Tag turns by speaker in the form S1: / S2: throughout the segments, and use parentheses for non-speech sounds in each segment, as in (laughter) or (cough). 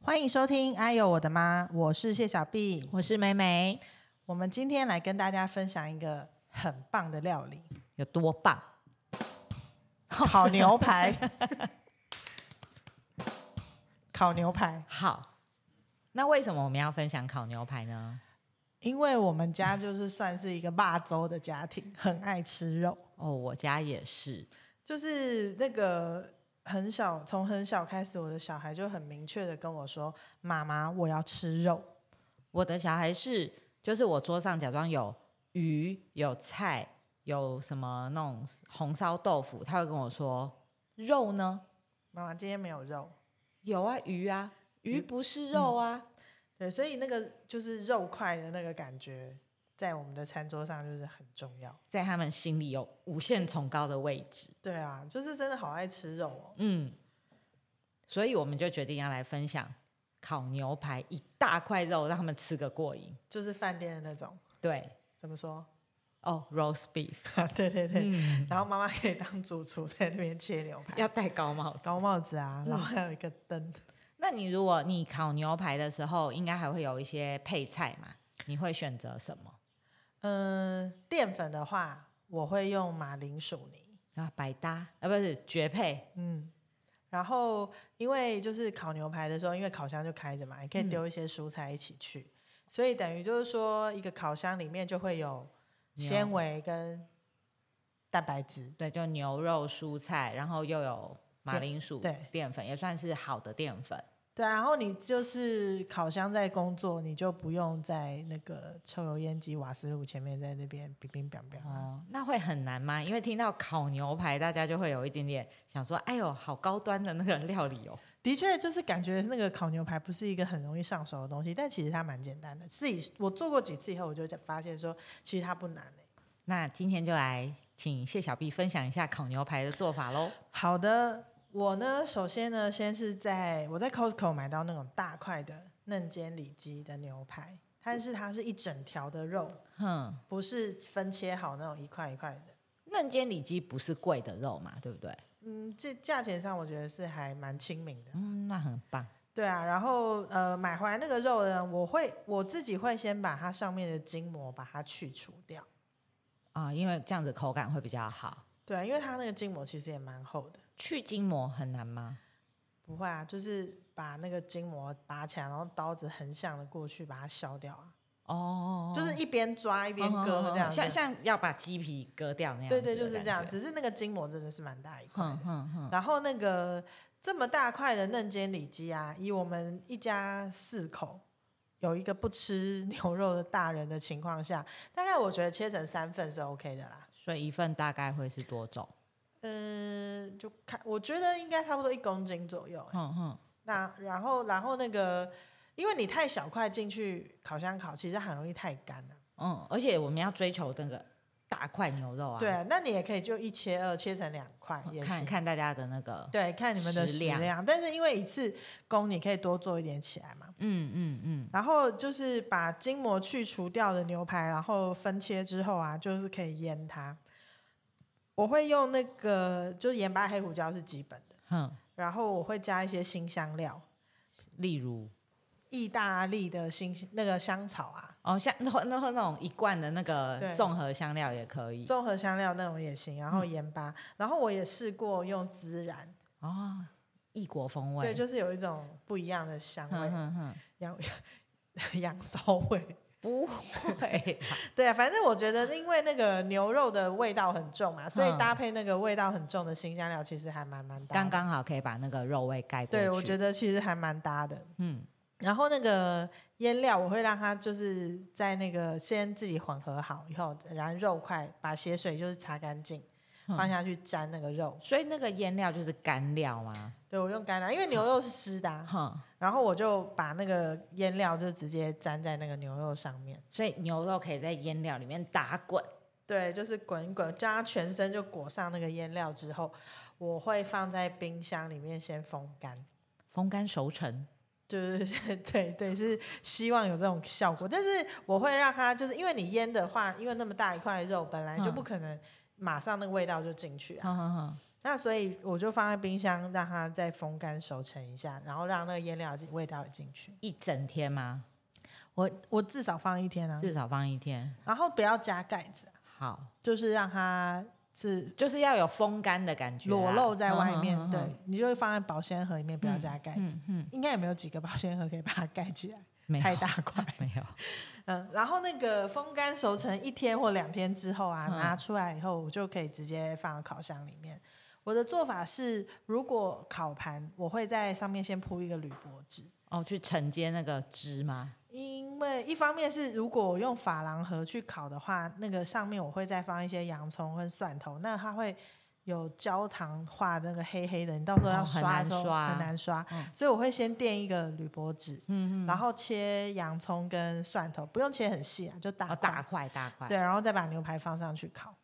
S1: 欢迎收听《哎呦我的妈》，我是谢小碧。
S2: 我是梅梅，
S1: 我们今天来跟大家分享一个很棒的料理
S2: 有多棒？
S1: ——烤牛排。烤牛排，
S2: 好，那为什么我们要分享烤牛排呢？
S1: 因为我们家就是算是一个霸州的家庭，很爱吃肉，
S2: 哦，我家也是，
S1: 就是那个。很小，从很小开始，我的小孩就很明确的跟我说：“妈妈，我要吃肉。
S2: 我的小孩是，就是我桌上假装有鱼、有菜、有什么那种红烧豆腐，他会跟我说肉呢？”
S1: 妈妈今天没有肉，
S2: 有啊，鱼啊，鱼不是肉啊。
S1: 对，所以那个就是肉块的那个感觉，在我们的餐桌上就是很重要。
S2: 在他们心里有无限崇高的位置。
S1: 对啊，就是真的好爱吃肉哦。
S2: 嗯，所以我们就决定要来分享烤牛排，一大块肉让他们吃个过瘾。
S1: 就是饭店的那种，
S2: 对，
S1: 怎么说？ (laughs)
S2: 哦，roast beef，
S1: 对对对。
S2: 嗯，
S1: 然后妈妈可以当主厨在那边切牛排，
S2: 要嗯戴高帽子。
S1: 高帽子啊，然后还有一个灯。
S2: 那你如果你烤牛排的时候，应该还会有一些配菜嘛？你会选择什么
S1: 嗯，淀粉的话，我会用马铃薯泥。
S2: 啊？百搭啊，不是绝配，
S1: 嗯。然后，因为就是烤牛排的时候，因为烤箱就开着嘛，也可以
S2: 嗯
S1: 丢一些蔬菜一起去，所以等于就是说，一个烤箱里面就会有
S2: 牛
S1: 纤维跟蛋白质，
S2: 对，就牛肉、蔬菜，然后又有马铃薯
S1: 对对、
S2: 淀粉，也算是好的淀粉。
S1: 对啊，然后你就是烤箱在工作，你就不用在那个抽油烟机、瓦斯炉前面在那边冰冰冰冰啊。
S2: 哦，那会很难吗？因为听到烤牛排，大家就会有一点点想说，哎呦，好高端的那个料理哦。
S1: 的确，就是感觉那个烤牛排不是一个很容易上手的东西，但其实它蛮简单的。自己我做过几次以后，我就发现说，其实它不难、欸、
S2: 那今天就来请谢小 B 分享一下烤牛排的做法喽。
S1: 好的，我呢，首先呢，先是在我在 Costco 买到那种大块的嫩煎里脊的牛排，但是它是一整条的肉，
S2: 哼，
S1: 不是分切好那种一块一块的。
S2: 嫩煎里脊不是贵的肉嘛，对不对？
S1: 嗯，这价钱上我觉得是还蛮亲民的。
S2: 嗯，那很棒。
S1: 对啊，然后呃，买回来那个肉呢，我会我自己会先把它上面的筋膜把它去除掉。
S2: 啊，因为这样子口感会比较好。
S1: 对、啊，因为它那个筋膜其实也蛮厚的。
S2: 去筋膜很难吗？
S1: 不会啊，就是把那个筋膜拔起来，然后刀子横向的过去把它削掉啊，
S2: 哦，
S1: 就是一边抓一边
S2: 哦哦
S1: 割
S2: 哦
S1: 这样子。
S2: 像像要把鸡皮割掉那样。
S1: 对对，就是这样。
S2: 子
S1: 只是那个筋膜真的是蛮大一
S2: 的
S1: 块的。
S2: 感觉。哼哼哼，
S1: 然后那个这么大块的嫩煎里脊啊，以我们一家四口有一个不吃牛肉的大人的情况下，大概我觉得切成三份是 OK 的啦。
S2: 所以一份大概会是多重？
S1: 嗯、就看我觉得应该差不多一公斤左右欸、
S2: 哼哼，
S1: 那然后然后那个，因为你太小块进去烤箱烤，其实很容易太干了、
S2: 嗯，而且我们要追求那个大块牛肉啊。
S1: 对，啊，那你也可以就一切二，切成两块也
S2: 看
S1: 行。
S2: 看大家的那个，
S1: 对，看你们的
S2: 食
S1: 食
S2: 量
S1: 量，但是因为一次供你可以多做一点起来嘛。
S2: 嗯嗯嗯，
S1: 然后就是把筋膜去除掉的牛排，然后分切之后啊，就是可以腌它。我会用那个，就是盐巴、黑胡椒是基本的，
S2: 哼，
S1: 然后我会加一些新香料，
S2: 例如
S1: 意大利的新那个香草啊，
S2: 哦，像那那那种一罐的那个
S1: 对
S2: 综合香料也可以。
S1: 综合香料那种也行，然
S2: 嗯
S1: 后盐巴，然后我也试过用孜然，
S2: 哦，异国风味。
S1: 对，就是有一种不一样的香
S2: 嗯哼
S1: 味，
S2: 哼哼，
S1: 羊 (laughs) 羊骚味。
S2: 不会啦。
S1: 对啊，反正我觉得，因为那个牛肉的味道很重嘛，所以
S2: 嗯
S1: 搭配那个味道很重的新香料，其实还蛮蛮搭的。
S2: 刚刚好可以把那个肉味盖过去。
S1: 对，我觉得其实还蛮搭的。
S2: 嗯，
S1: 然后那个腌料，我会让它就是在那个先自己混合好以后，然后肉块把血水就是擦干净，
S2: 嗯
S1: 放下去沾那个肉。
S2: 所以那个腌料就是干料吗？
S1: 对我用干辣，因为牛肉是湿的啊、
S2: 哼，
S1: 然后我就把那个腌料就直接沾在那个牛肉上面。
S2: 所以牛肉可以在腌料里面打滚。
S1: 对，就是滚一滚，将它全身就裹上那个腌料之后，我会放在冰箱里面先风干。
S2: 风干熟成，
S1: 就是 (laughs) 对对，是希望有这种效果，但是我会让它就是因为你腌的话，因为那么大一块肉本来就
S2: 嗯
S1: 不可能马上那个味道就进去啊，
S2: 哼哼哼，
S1: 那所以我就放在冰箱，让它再风干熟成一下，然后让那个腌料味道进去。
S2: 一整天吗？
S1: 我我至少放一天啊，
S2: 至少放一天。
S1: 然后不要加盖子，啊
S2: 好，
S1: 就是让它是
S2: 就是要有风干的感觉啦，
S1: 裸露在外
S2: 嗯
S1: 面，
S2: 嗯嗯
S1: 对，你就会放在保鲜盒里面，不要加盖子。
S2: 嗯嗯，
S1: 应该也没有几个保鲜盒可以把它盖起来，
S2: 没有
S1: 太大块。
S2: (laughs) 没有，
S1: 嗯，然后那个风干熟成一天或两天之后啊，
S2: 嗯
S1: 拿出来以后，我就可以直接放到烤箱里面。我的做法是，如果烤盘，我会在上面先铺一个铝箔纸，
S2: 哦，去承接那个汁吗？
S1: 因为一方面是如果我用珐琅盒去烤的话，那个上面我会再放一些洋葱跟蒜头，那它会有焦糖化那个黑黑的，你到时候
S2: 哦
S1: 要
S2: 很
S1: 刷
S2: 难
S1: 的时候
S2: 刷
S1: 很难刷，
S2: 嗯
S1: 所以我会先垫一个铝箔纸，
S2: 嗯
S1: 然后切洋葱跟蒜头，不用切很细啊，就大块
S2: 哦，大块大块，
S1: 对，，然后再把牛排放上去烤，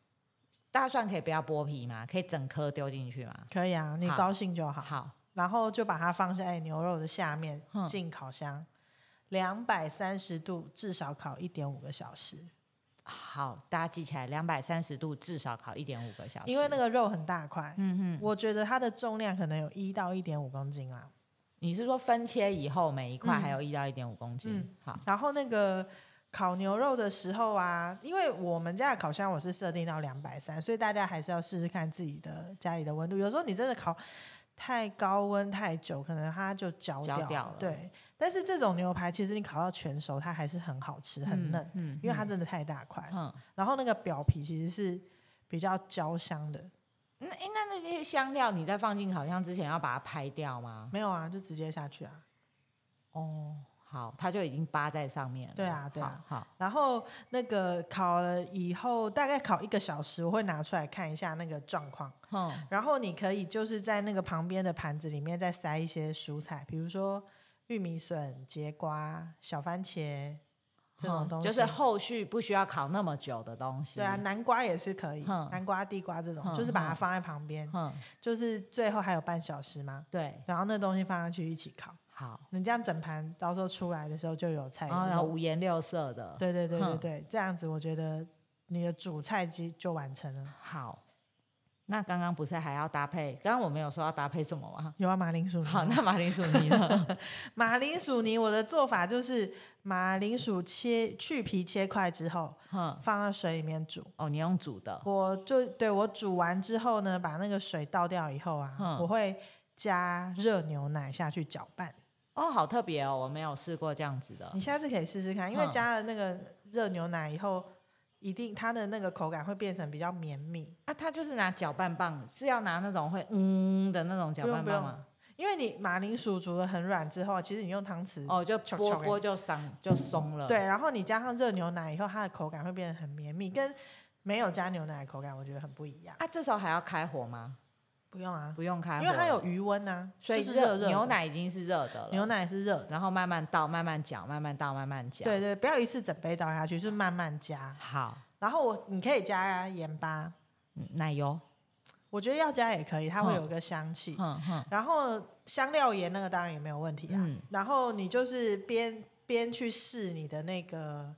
S2: 大蒜可以不要剥皮吗？可以整颗丢进去吗？
S1: 可以啊，你
S2: 好
S1: 高兴就好。
S2: 好，
S1: 然后就把它放在牛肉的下面
S2: 嗯
S1: 进烤箱，两百三十度至少烤一点五个小时，
S2: 好，大家记起来，两百三十度至少烤一点五个小时，
S1: 因为那，个肉很大块，
S2: 嗯哼，
S1: 我觉得它的重量可能有一到一点五公斤啦。
S2: 你是说分切以后每一块
S1: 嗯
S2: 还有一到一点五公斤？好，
S1: 然后那个烤牛肉的时候啊，因为我们家的烤箱我是设定到两百三，所以大家还是要试试看自己的家里的温度。有时候你真的烤太高温太久，可能它就焦
S2: 焦
S1: 掉
S2: 掉了
S1: 对，但是这种牛排其实你烤到全熟，它还是很好吃，很嫩，
S2: 嗯，嗯
S1: 因为它
S2: 嗯
S1: 真的太大块。
S2: 嗯，
S1: 然后那个表皮其实是比较焦香的，
S2: 那诶那那些香料你在放进烤箱之前要把它拍掉吗？
S1: 没有啊，就直接下去啊。
S2: 哦，好，它就已经扒在上面了。
S1: 对啊对啊
S2: 好，好，
S1: 然后那个烤了以后，大概烤一个小时，我会拿出来看一下那个状况。
S2: 嗯，
S1: 然后你可以就是在那个旁边的盘子里面再塞一些蔬菜，比如说玉米笋、节瓜、小番茄这种
S2: 嗯
S1: 东西。
S2: 就是后续不需要烤那么久的东西。
S1: 对啊，，南瓜也是可以，
S2: 哼
S1: 南瓜、地瓜这种，
S2: 哼
S1: 就是把它
S2: 哼
S1: 放在旁边，
S2: 嗯，
S1: 就是最后还有半小时嘛，
S2: 对，
S1: 然后那东西放上去一起烤。
S2: 好，
S1: 你这样整盘到时候出来的时候就有菜
S2: 哦然后要
S1: 有肉。
S2: 五颜六色的。，
S1: 哎对对对对
S2: 哼
S1: 对，这样子我觉得你的主菜机就完成了。
S2: 好。那刚刚不是还要搭配？刚刚我没有说要搭配什么吗？ (laughs)
S1: 有啊，马铃薯泥
S2: 好，
S1: 啊
S2: 那马铃薯泥
S1: (laughs)
S2: 呢？(laughs)
S1: 马铃薯泥，我的做法就是马铃薯切去皮切块之后，
S2: 嗯，
S1: 放到水里面煮。
S2: 哦，你用煮的，
S1: 我就对我煮完之后呢，把那个水倒掉以后啊，
S2: 嗯
S1: 我会加热牛奶下去搅拌。
S2: 哦，好特别哦，我没有试过这样子的
S1: 你。下次可以试试看，因为
S2: 嗯
S1: 加了那个热牛奶以后，一定它的那个口感会变成比较绵密。
S2: 啊，他就是拿搅拌棒，是要拿那种会嗯的那种搅
S1: 不用
S2: 拌
S1: 不
S2: 棒
S1: 用
S2: 吗？
S1: 因为你马铃薯煮的很软之后，其实你用汤匙、
S2: 哦，就
S1: 敲
S2: 拨
S1: 敲欸
S2: 拨就松就松了。
S1: 对，，然后你加上热牛奶以后，它的口感会变得很绵密，跟没有加牛奶的口感我觉得很不一样。
S2: 啊，这时候还要开火吗？
S1: 不用啊，
S2: 不用开火，
S1: 因为它有余温啊，
S2: 所以
S1: 就是热热的
S2: 牛奶已经是热的了，
S1: 牛奶是热的，
S2: 然后慢慢倒，慢慢搅，慢慢倒，慢慢搅。
S1: 对，对，不要一次整杯倒下去，就是慢慢加。
S2: 好，
S1: 然后我你可以加盐巴，
S2: 嗯奶油，
S1: 我觉得要加也可以，它会
S2: 嗯
S1: 有个香气。
S2: 哼哼，
S1: 然后香料盐那个当然也没有问题啊。
S2: 嗯
S1: 然后你就是边边去试你的那个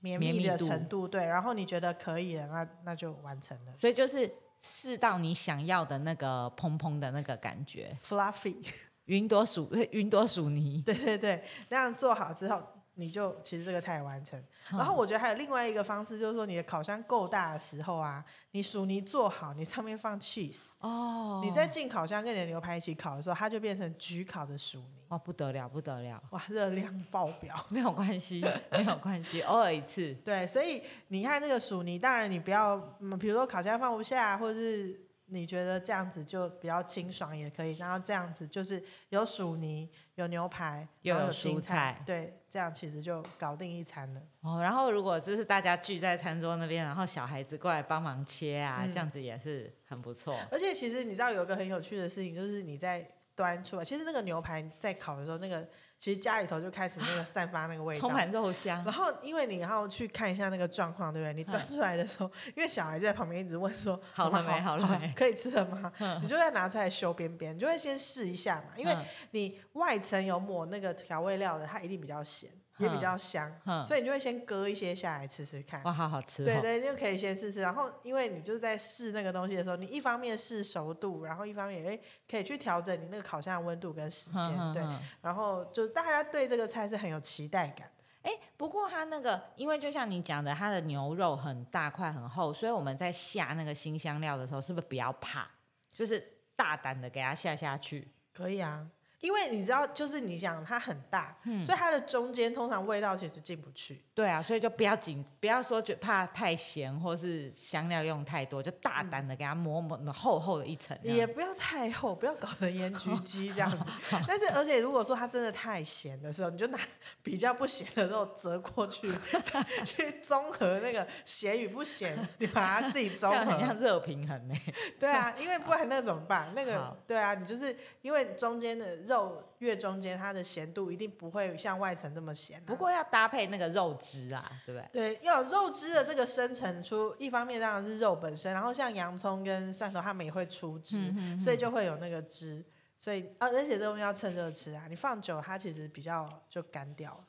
S1: 绵
S2: 绵
S1: 密
S2: 密
S1: 的
S2: 度
S1: 程度，对，然后你觉得可以了，那那就完成了。
S2: 所以就是试到你想要的那个蓬蓬的那个感觉，
S1: Fluffy，
S2: 云朵薯 (laughs) 云朵薯泥。
S1: (laughs) 对对对，那样做好之后，你就其实这个菜也完成。
S2: 嗯
S1: 然后我觉得还有另外一个方式，就是说你的烤箱够大的时候啊，你薯泥做好，你上面放 cheese，、
S2: 哦，
S1: 你再进烤箱跟你的牛排一起烤的时候，它就变成焗烤的薯泥，
S2: 哦不得了不得了，
S1: 哇，热量爆表。 (laughs)
S2: (laughs) 没有关系没有关系， (laughs) 偶尔一次。
S1: 对，所以你看这个薯泥，当然你不要，嗯，比如说烤箱放不下，或者是你觉得这样子就比较清爽也可以，然后这样子就是有薯泥，有牛排，
S2: 又
S1: 然后有
S2: 有
S1: 青
S2: 蔬菜
S1: 对，这样其实就搞定一餐了。
S2: 哦，然后如果就是大家聚在餐桌那边，然后小孩子过来帮忙切啊，
S1: 嗯
S2: 这样子也是很不错。
S1: 而且其实你知道有一个很有趣的事情，就是你在端出来，其实那个牛排在烤的时候，那个其实家里头就开始那个散发那个味道
S2: 充。满肉香
S1: 然，后，因为你要去看一下那个状况，对不对？你端出来的时候，因为小孩就在旁边一直问说：“
S2: 嗯 (laughs) 好了没好了没嗯
S1: 可以吃了吗？”你就要拿出来修边边，你就会先试一下嘛。因为
S2: 嗯
S1: 你外层有抹那个调味料的，它一定比较咸。也比
S2: 哼
S1: 较香，
S2: 哼
S1: 所以你就会先割一些下来吃吃看。
S2: 嗯哇，好好吃、哦。
S1: 对对，就可以先试试。然后，因为你就是在试那个东西的时候，你一方面试熟度，然后一方面哎可以去调整你那个烤箱的温度跟时
S2: 哼
S1: 间。
S2: 哼
S1: 对，
S2: 哼
S1: 然后就是大家对这个菜是很有期待感。
S2: 哎，不过它那个，因为就像你讲的，它的牛肉很大块很厚，所以我们在下那个新香料的时候，是不是不要怕，就是大胆的给它下下去？
S1: 可以啊，因为你知道，就是你想它很大，
S2: 嗯
S1: 所以它的中间通常味道其实进不去。
S2: 对啊，所以就不要紧，不要说觉怕太咸或是香料用太多，就大胆的给它抹抹厚厚的一层这样。
S1: 也不要太厚，不要搞成盐焗鸡这样
S2: (laughs)
S1: 子。但是，而且如果说它真的太咸的时候，你就拿比较不咸的肉折过去， (laughs) 去综合那个咸与不咸，你把它自己综
S2: 这样很像
S1: 合。
S2: 热平衡呢、
S1: 对啊，因为不然那怎么办？那个
S2: 好
S1: 对啊，你就是因为中间的肉越中间，它的咸度一定不会像外层那么咸、啊。
S2: 不过要搭配那个肉汁啊，对不对？
S1: 对，要有肉汁的这个生成出，一方面当然是肉本身，然后像洋葱跟蒜头，他们也会出汁，
S2: 嗯嗯嗯
S1: 所以就会有那个汁。所以，啊，而且这东西要趁热吃啊，你放久它其实比较就干掉了。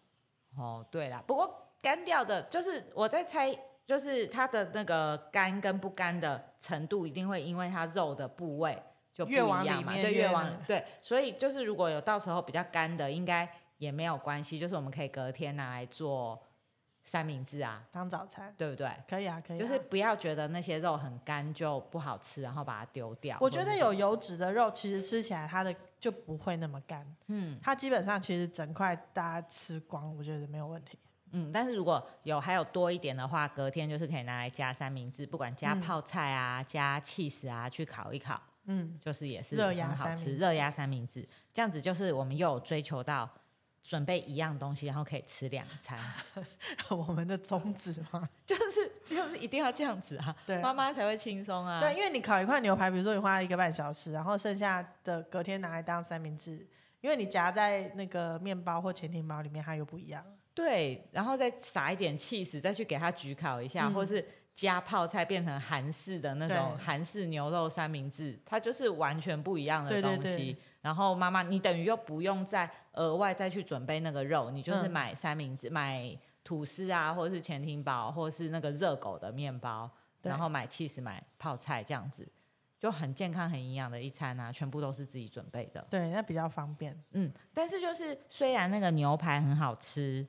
S2: 哦，对啦，不过干掉的，就是我在猜，就是它的那个干跟不干的程度，一定会因为它肉的部位就不一
S1: 越往
S2: 样
S1: 里
S2: 嘛，
S1: 面
S2: 对，
S1: 越
S2: 越往
S1: 难
S2: 对，所以就是如果有到时候比较干的，应该也没有关系，就是我们可以隔天拿来做三明治啊，
S1: 当早餐
S2: 对不对？
S1: 可以啊，可以、啊。
S2: 就是不要觉得那些肉很干就不好吃，然后把它丢掉。
S1: 我觉
S2: 或者
S1: 得
S2: 是
S1: 有油脂的肉，其实吃起来它的就不会那么干，
S2: 嗯
S1: 它基本上其实整块大家吃光，我觉得没有问题。
S2: 嗯，但是如果有还有多一点的话，隔天就是可以拿来加三明治，不管加
S1: 嗯
S2: 泡菜啊、加 cheese 啊，去烤一烤，
S1: 嗯， (laughs)
S2: 就是也是
S1: 热压
S2: 很好
S1: 三
S2: 吃。
S1: 明
S2: 热压三明治这样子就是我们又有追求到准备一样东西，然后可以吃两
S1: (laughs)
S2: 餐，
S1: 我们的宗旨嘛，
S2: 就是就是一定要这样子啊，
S1: 对啊
S2: 妈妈才会轻松啊。
S1: 对，因为你烤一块牛排，比如说你花了一个半小时，然后剩下的隔天拿来当三明治，因为你夹在那个面包或潜艇包里面，它又不一样。
S2: 对，然后再撒一点 cheese，再去给它焗烤一下，
S1: 嗯
S2: 或是加泡菜变成韩式的那种
S1: 对
S2: 韩式牛肉三明治，它就是完全不一样的
S1: 对
S2: 东
S1: 对
S2: 西。
S1: 对
S2: 然后妈妈，你等于又不用再额外再去准备那个肉，你就是
S1: 嗯
S2: 买三明治、买吐司啊，或者是前厅包，或者是那个热狗的面包，
S1: 对
S2: 然后买 cheese、买泡菜这样子，就很健康、很营养的一餐啊，全部都是自己准备的。
S1: 对，那比较方便。
S2: 嗯，但是就是虽然那个牛排很好吃，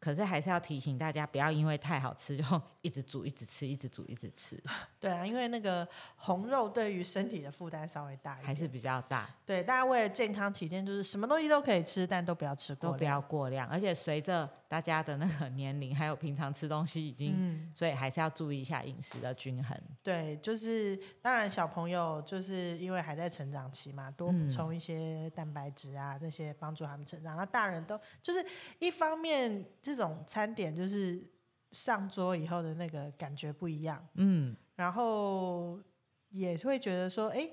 S2: 可是还是要提醒大家不要因为太好吃就 (laughs) 一直煮、一直吃、一直煮、一直吃，
S1: 对啊，因为那个红肉对于身体的负担稍微大一点。
S2: 还是比较大，
S1: 对，大家为了健康起见，就是什么东西都可以吃，但都不要吃
S2: 都
S1: 过
S2: 不
S1: 量。
S2: 要过量。而且随着大家的那个年龄，还有平常吃东西已经，
S1: 嗯，
S2: 所以还是要注意一下饮食的均衡。
S1: 对，就是当然小朋友就是因为还在成长期嘛，多补
S2: 嗯
S1: 充一些蛋白质啊，这些帮助他们成长。那大人都就是一方面，这种餐点就是上桌以后的那个感觉不一样，
S2: 嗯，
S1: 然后也会觉得说，哎，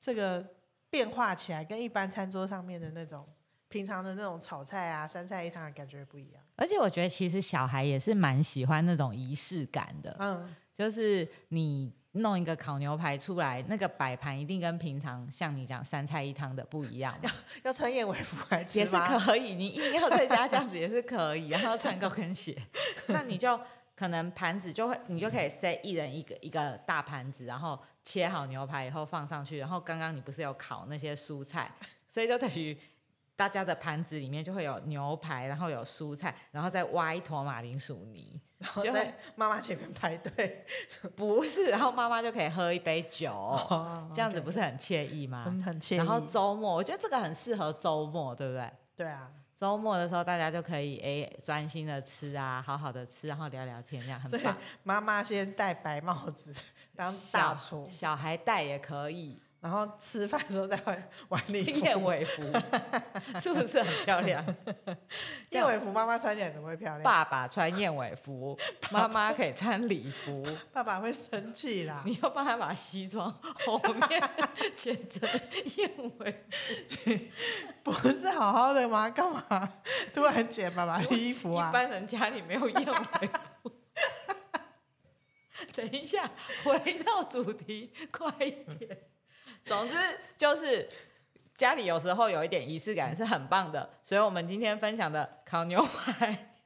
S1: 这个变化起来跟一般餐桌上面的那种平常的那种炒菜啊、三菜一汤的感觉不一样。
S2: 而且我觉得其实小孩也是蛮喜欢那种仪式感的，
S1: 嗯，
S2: 就是你弄一个烤牛排出来，那个摆盘一定跟平常像你讲三菜一汤的不一样嘛。
S1: 要穿燕尾服来吃
S2: 也是
S1: 吗
S2: 可以，你硬要在家这样子也是可以，然后穿高跟鞋，那你就可能盘子就会，你就可以 set 一人一个一个大盘子，然后切好牛排以后放上去，然后刚刚你不是有烤那些蔬菜，所以就等于。大家的盘子里面就会有牛排，然后有蔬菜，然后再挖一坨马铃薯泥，
S1: 然后
S2: 就会
S1: 在妈妈前面排队。
S2: 不是，然后妈妈就可以喝一杯酒，
S1: 哦嗯
S2: 这样子不是很惬意吗？
S1: 很很惬意。
S2: 然后周末，我觉得这个很适合周末，对不对？
S1: 对啊，
S2: 周末的时候，大家就可以诶专心的吃啊，好好的吃，然后聊聊天，这样很
S1: 所以
S2: 棒。
S1: 妈妈先戴白帽
S2: (laughs)
S1: 子当大厨，
S2: 小孩带也可以，
S1: 然后吃饭的时候再换晚礼服。
S2: 燕尾
S1: (laughs)
S2: 服是不是很漂亮？这
S1: 燕
S2: 样
S1: 尾服妈妈穿起来怎么会漂亮？爸
S2: 爸爸穿燕尾服，妈妈可以穿礼服，
S1: 爸会生气啦。
S2: 你要帮他把西装后面 (laughs) 剪成燕尾服。
S1: 不是好好的吗？干嘛突然卷爸爸的衣服
S2: 一
S1: 啊？
S2: 般人家里没有燕尾服。 (laughs) 等一下，回到主题，快一点。总之就是家里有时候有一点仪式感是很棒的。所以我们今天分享的烤牛排， (laughs)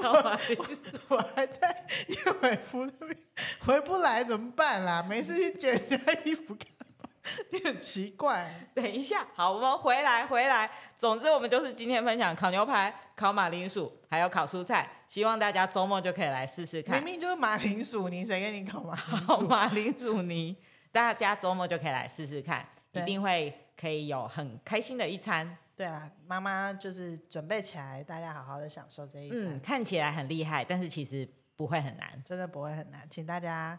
S2: 烤马铃薯
S1: 我还在叶伟福那边回不来怎么办啦？没事去捡人家衣服干嘛？ (laughs) 你很奇怪，
S2: 等一下，好，我们回来回来。总之，我们就是今天分享烤牛排、烤马铃薯，还有烤蔬菜，希望大家周末就可以来试试看
S1: 明。明就是马铃薯泥，谁跟你搞马 (laughs) 铃
S2: 烤
S1: 薯？
S2: 马铃薯泥，大家周末就可以来试试看，一
S1: 对
S2: 定会可以有很开心的一餐。
S1: 对啊，妈妈就是准备起来，大家好好的享受这一餐，
S2: 嗯，看起来很厉害，但是其实不会很难。
S1: 真的不会很难，请大家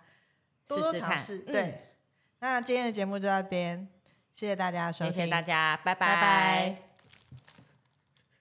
S1: 多
S2: 试
S1: 多
S2: 试
S1: 尝
S2: 看
S1: 试。
S2: 嗯
S1: 对，那今天的节目就到这边，谢谢大家收
S2: 谢
S1: 听，
S2: 谢大家，拜
S1: 拜拜